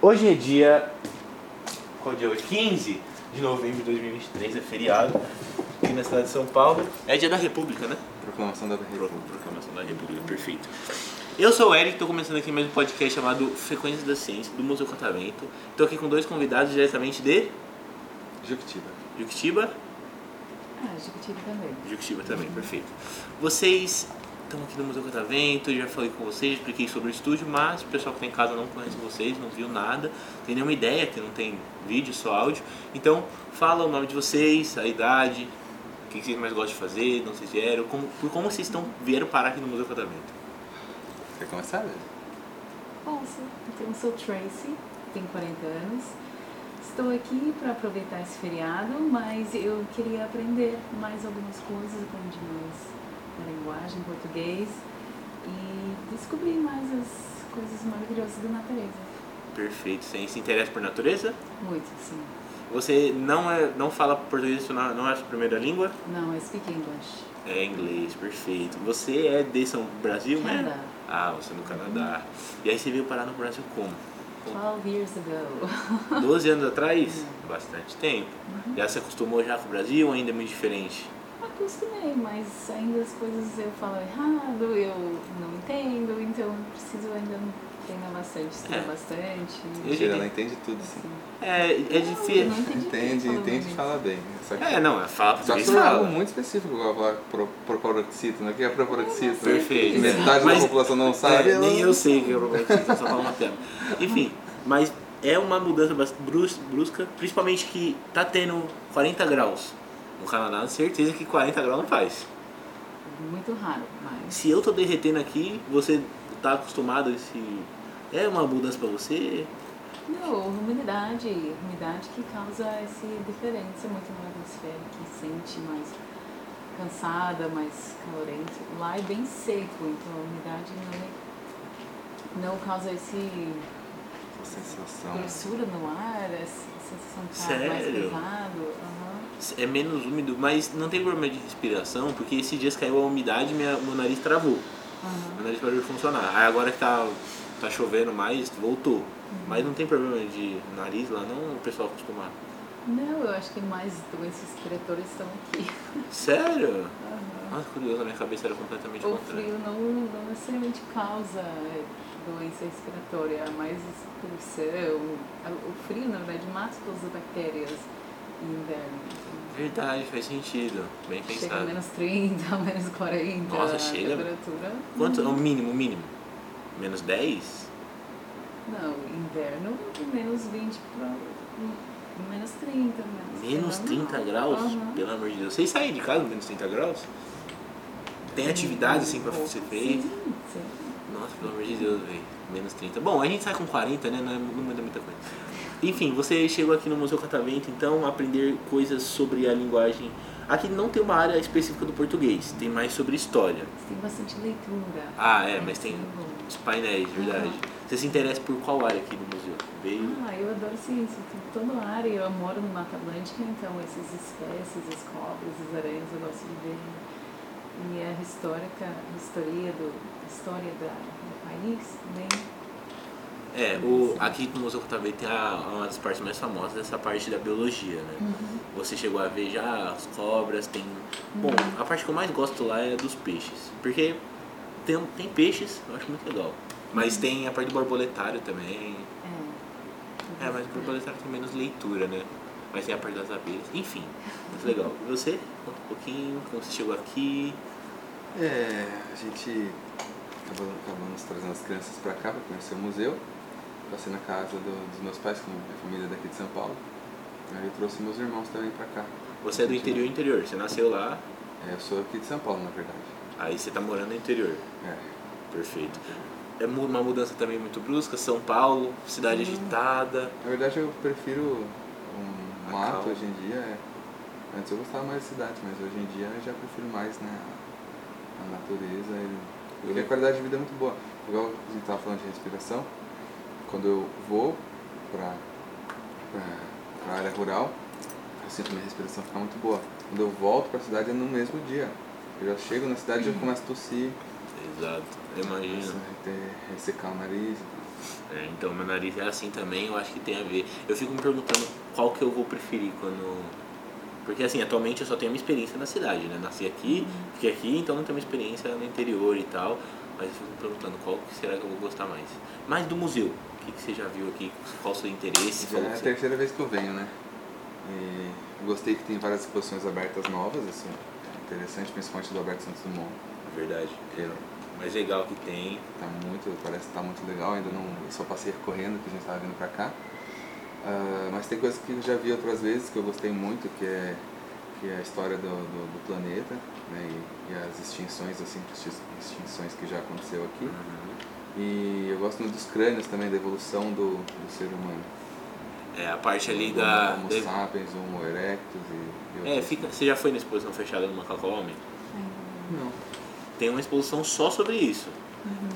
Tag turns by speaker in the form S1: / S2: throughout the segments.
S1: Hoje é dia. Qual dia hoje? 15 de novembro de 2023, é feriado aqui na cidade de São Paulo. É dia da República, né?
S2: Proclamação da
S1: Pro-
S2: República.
S1: Proclamação da República, perfeito. Eu sou o Eric, estou começando aqui mais um podcast chamado Frequências da Ciência, do Museu Catavento. Estou aqui com dois convidados diretamente de
S2: Jequitiba.
S1: Juquitiba.
S3: Ah, Jequitiba também.
S1: Juquitiba também, perfeito. Vocês estão aqui no Museu Catavento, eu já falei com vocês, expliquei sobre o estúdio, mas o pessoal que está em casa não conhece vocês, não viu nada, tem nenhuma ideia, que não tem vídeo, só áudio. Então, fala o nome de vocês, a idade, o que que vocês mais gostam de fazer, de onde vocês vieram, como, por como vocês estão, vieram parar aqui no Museu Catavento.
S2: Quer começar, Lê?
S3: Posso? Então, sou Tracy, tenho 40 anos. Estou aqui para aproveitar esse feriado, mas eu queria aprender mais algumas coisas, aprendi mais a linguagem, português e descobri mais as coisas maravilhosas da natureza.
S1: Perfeito, você se interessa por natureza?
S3: Muito, sim.
S1: Você não, é, não fala português, isso não não é a sua primeira língua?
S3: Não, I speak English.
S1: É inglês, perfeito. Você é de São Brasil, né?
S3: Canadá.
S1: Ah, você é do Canadá. E aí você veio parar no Brasil como?
S3: 12 years ago.
S1: 12 anos atrás? Bastante tempo.
S3: Uhum.
S1: Já se acostumou já com o Brasil ou ainda é muito diferente?
S3: Acostumei, Ah, mas ainda as coisas eu falo errado, eu não entendo, então eu preciso ainda treinar bastante, estudar
S1: É.
S3: bastante. assim,
S1: Eu
S2: Mentira,
S1: diria-
S2: ela entende tudo, sim.
S1: É, é
S3: Eu
S1: difícil.
S3: não entendi.
S2: Entende, entende e fala bem. Só que,
S1: É, não, é fala
S2: só que
S1: português,
S2: foi algo
S1: fala.
S2: muito específico, igual falar pro, proparoxítona. O que é proparoxítona?
S1: Perfeito.
S2: Metade
S1: Mas-
S2: da população não sabe. né?
S1: É, nem eu sei que eu não gosto disso, eu só falo uma tela. Enfim, mas é uma mudança bas- brus- brusca, principalmente que tá tendo 40 graus. No Canadá, certeza que 40 graus não faz.
S3: Muito raro, mas.
S1: Se eu tô derretendo aqui, você tá acostumado a esse. É uma mudança pra você?
S3: Não, umidade, umidade que causa essa diferença muito na atmosfera, que sente mais cansada, mais calorento. Lá é bem seco, então a umidade não, é- não causa esse
S2: Essa Sensação.
S3: grossura no ar, a sensação de estar mais
S1: Ah. Sério?
S3: pesado. aham.
S1: É menos úmido, mas não tem problema de respiração, porque esses dias caiu a umidade e minha- meu nariz travou.
S3: aham.
S1: Meu nariz parou de funcionar. Aí agora que tá, tá chovendo mais,
S3: Uhum.
S1: voltou. Mas não tem problema de nariz lá, não o pessoal acostumado.
S3: Não, eu acho que mais doenças respiratórias estão aqui.
S1: Sério?
S3: Aham.
S1: Nossa, curioso, né? a minha cabeça era completamente
S3: Uhum. O
S1: contrária.
S3: frio não, não necessariamente causa doença respiratória, mas poluição. O frio, na verdade, mata todas as bactérias em inverno.
S1: Verdade, faz sentido. Bem
S3: Chega a
S1: pensado.
S3: menos 30, menos 40.
S1: Nossa,
S3: a
S1: chega.
S3: Temperatura.
S1: Quanto?
S3: Uhum.
S1: O mínimo, o mínimo? Menos 10?
S3: Não, inverno, menos 20 para. Menos 30.
S1: Menos 30 graus?
S3: Aham.
S1: Pelo amor de Deus. Vocês saem de casa com menos 30 graus? Tem atividade assim pra você fez?
S3: Sim, sim.
S1: Nossa, pelo amor de Deus, velho. Menos 30. Bom, a gente sai com 40, né? Não, é- não muda muita coisa. Enfim, você chegou aqui no Museu Catavento, então, aprender coisas sobre a linguagem. Aqui não tem uma área específica do português, tem mais sobre história.
S3: Tem bastante leitura.
S1: Ah, é, mas tem
S3: Sim.
S1: os painéis, verdade.
S3: Uhum.
S1: Você se interessa por qual área aqui do museu? Veio.
S3: Ah, eu adoro ciência, tem toda a área. Eu moro no Mata Atlântica, então essas espécies, as cobras, as aranhas, eu gosto de ver. E a histórica, a história do, a história da, do país né? também.
S1: É, o, aqui no Museu Catavento tem a, uma das partes mais famosas, essa parte da biologia, né? Você chegou a ver já as cobras, tem. Bom, a parte que eu mais gosto lá é a dos peixes. Porque tem, tem peixes, eu acho muito legal. Mas tem a parte do borboletário também.
S3: É.
S1: É, mas o borboletário tem menos leitura, né? Mas tem a parte das abelhas. Enfim, muito legal. E você? Conta um pouquinho, como você chegou aqui.
S2: É, a gente acabou- acabamos trazendo as crianças pra cá pra conhecer o museu. Passei na casa do- dos meus pais, que minha família é daqui de São Paulo. Aí eu trouxe meus irmãos também pra cá.
S1: Você é do interior interior, você nasceu lá,
S2: É, eu sou aqui de São Paulo, na verdade.
S1: aí você tá morando no interior.
S2: É,
S1: Perfeito. É mu- uma mudança também muito brusca, São Paulo, cidade agitada.
S2: na verdade eu prefiro um
S1: A
S2: mato
S1: calma.
S2: hoje em dia. é. Antes eu gostava mais da cidade, mas hoje em dia eu já prefiro mais né, a- a natureza. E, porque a qualidade de vida é muito boa. Igual a gente estava falando de respiração, quando eu vou para a área rural, eu sinto minha respiração ficar muito boa. Quando eu volto pra cidade é no mesmo dia. Eu já chego na cidade e já começo a tossir,
S1: Exato, eu imagino.
S2: começo a ter- ressecar o nariz.
S1: É, então meu nariz é assim também, eu acho que tem a ver. Eu fico me perguntando qual que eu vou preferir quando. Porque assim, atualmente eu só tenho uma experiência na cidade, né? Nasci aqui, fiquei aqui, então não tenho uma experiência no interior e tal. Mas eu fico me perguntando qual que será que eu vou gostar mais. Mas do museu, o que, que você já viu aqui? Qual o seu interesse?
S2: Já
S1: Falou
S2: é
S1: que
S2: a
S1: você-
S2: terceira vez que eu venho, né? E eu gostei que tem várias exposições abertas novas, assim. Interessante, principalmente do Alberto Santos Dumont.
S1: Verdade.
S2: Porque
S1: Mas legal que tem.
S2: tá muito, parece que tá muito legal, ainda não. Eu só passei correndo que a gente tava vindo pra cá. Ah, mas tem coisas que eu já vi outras vezes que eu gostei muito, que é, que é a história do, do, do planeta, né? E, e as extinções, assim, extin- extinções que já aconteceu aqui.
S1: Uhum.
S2: E eu gosto muito dos crânios também, da evolução do, do ser humano.
S1: É a parte ali
S2: Do
S1: da.
S2: Homo
S1: da-
S2: sapiens, Homo erectus e, e
S1: É,
S2: outros.
S1: fica... você já foi na exposição fechada do Macaco Homem?
S3: Ai,
S2: Não.
S1: Tem uma exposição só sobre isso.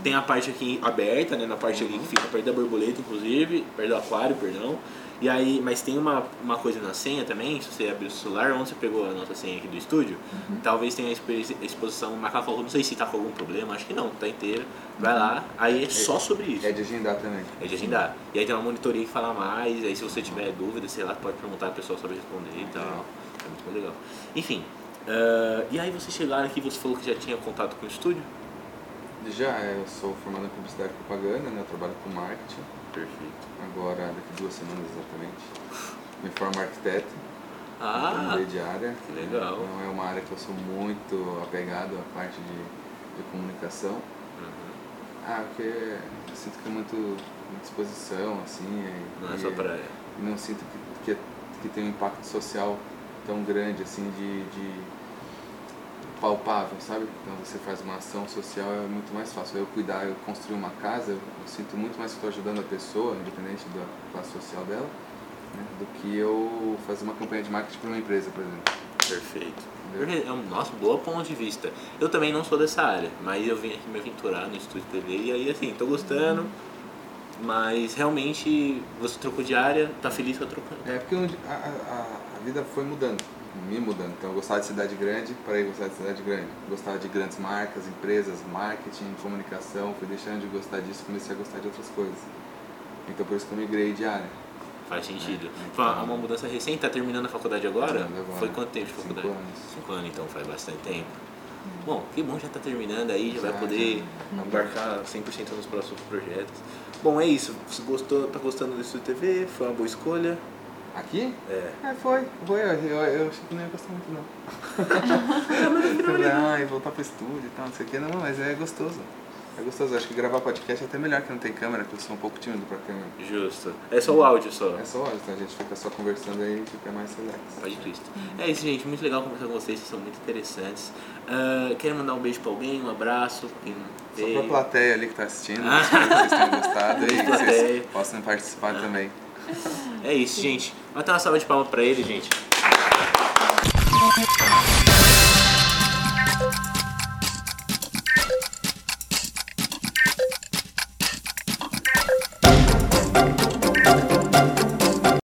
S1: Tem a parte aqui aberta, né? Na parte ali que fica perto da borboleta, inclusive, perto do aquário, perdão. E aí, mas tem uma, uma coisa na senha também, se você abrir o celular, onde você pegou a nossa senha aqui do estúdio, talvez tenha a expo- exposição Macaco, Homem, não sei se tá com algum problema, acho que não, tá inteira. Vai lá, aí é só sobre isso.
S2: É de agendar também.
S1: É de agendar. E aí tem uma monitoria que fala mais, aí se você tiver dúvida, sei lá, pode perguntar, a pessoa sabe responder e tal. É muito legal. Enfim, ah, e aí vocês chegaram aqui, você falou que já tinha contato com o estúdio?
S2: Já, é, eu sou formado em publicidade e propaganda, né? Eu trabalho com marketing.
S1: Perfeito.
S2: Agora, daqui duas semanas exatamente. Me formo arquiteto,
S1: Ah,
S2: mudei de área.
S1: que legal.
S2: Não é uma área que eu sou muito apegado à parte de, de comunicação.
S1: Uhum.
S2: Ah, porque eu sinto que é muito muita exposição, assim. e-
S1: não é
S2: e-
S1: só praia.
S2: e não sinto que, que, que tem um impacto social tão grande, assim, de, de palpável, sabe? Então você faz uma ação social, é muito mais fácil. Eu cuidar, eu construir uma casa, eu sinto muito mais que estou ajudando a pessoa, independente da classe social dela, né? do que eu fazer uma campanha de marketing para uma empresa, por exemplo.
S1: Perfeito. Porque é um nosso bom ponto de vista. Eu também não sou dessa área, mas eu vim aqui me aventurar no estúdio TV e aí assim, tô gostando. Uhum. Mas realmente você trocou de área, tá feliz com a troca?
S2: É porque onde- a, a- a- a vida foi mudando, me mudando. Então eu gostava de cidade grande, parei de gostar de cidade grande. Gostava de grandes marcas, empresas, marketing, comunicação. Fui deixando de gostar disso, comecei a gostar de outras coisas. Então por isso que eu migrei de área.
S1: Faz sentido.
S2: É,
S1: Foi uma
S2: então- Tá
S1: uma mudança recente, tá terminando a faculdade agora?
S2: Terminando agora.
S1: Foi quanto tempo de faculdade?
S2: Cinco anos.
S1: Cinco anos, então faz bastante tempo. Bom, que bom já tá terminando aí, já,
S2: Já,
S1: vai poder
S2: já.
S1: embarcar 100% nos próximos projetos. Bom, é isso. Você gostou, tá gostando do Estúdio TV? Foi uma boa escolha?
S2: Aqui?
S1: É.
S2: É, foi. Foi, eu, eu, eu achei que não ia gostar muito não. Eu falei, Ai, voltar pro estúdio e tal, não sei o que. Não, mas é gostoso. É gostoso. Acho que gravar podcast é até melhor que não tem câmera, que eu sou um pouco tímido pra câmera.
S1: Justo. É só o áudio só.
S2: É só áudio, então a gente fica só conversando aí e fica mais relax.
S1: Pode Cristo. É isso, gente. Muito legal conversar com vocês. Vocês são muito interessantes. Ah, quero mandar um beijo pra alguém, um abraço. Quem não
S2: Só
S1: veio.
S2: pra plateia ali que tá assistindo, espero que vocês tenham gostado e que
S1: Plateia.
S2: vocês possam participar também.
S1: É isso, gente. Bota uma salva de palmas pra ele, gente.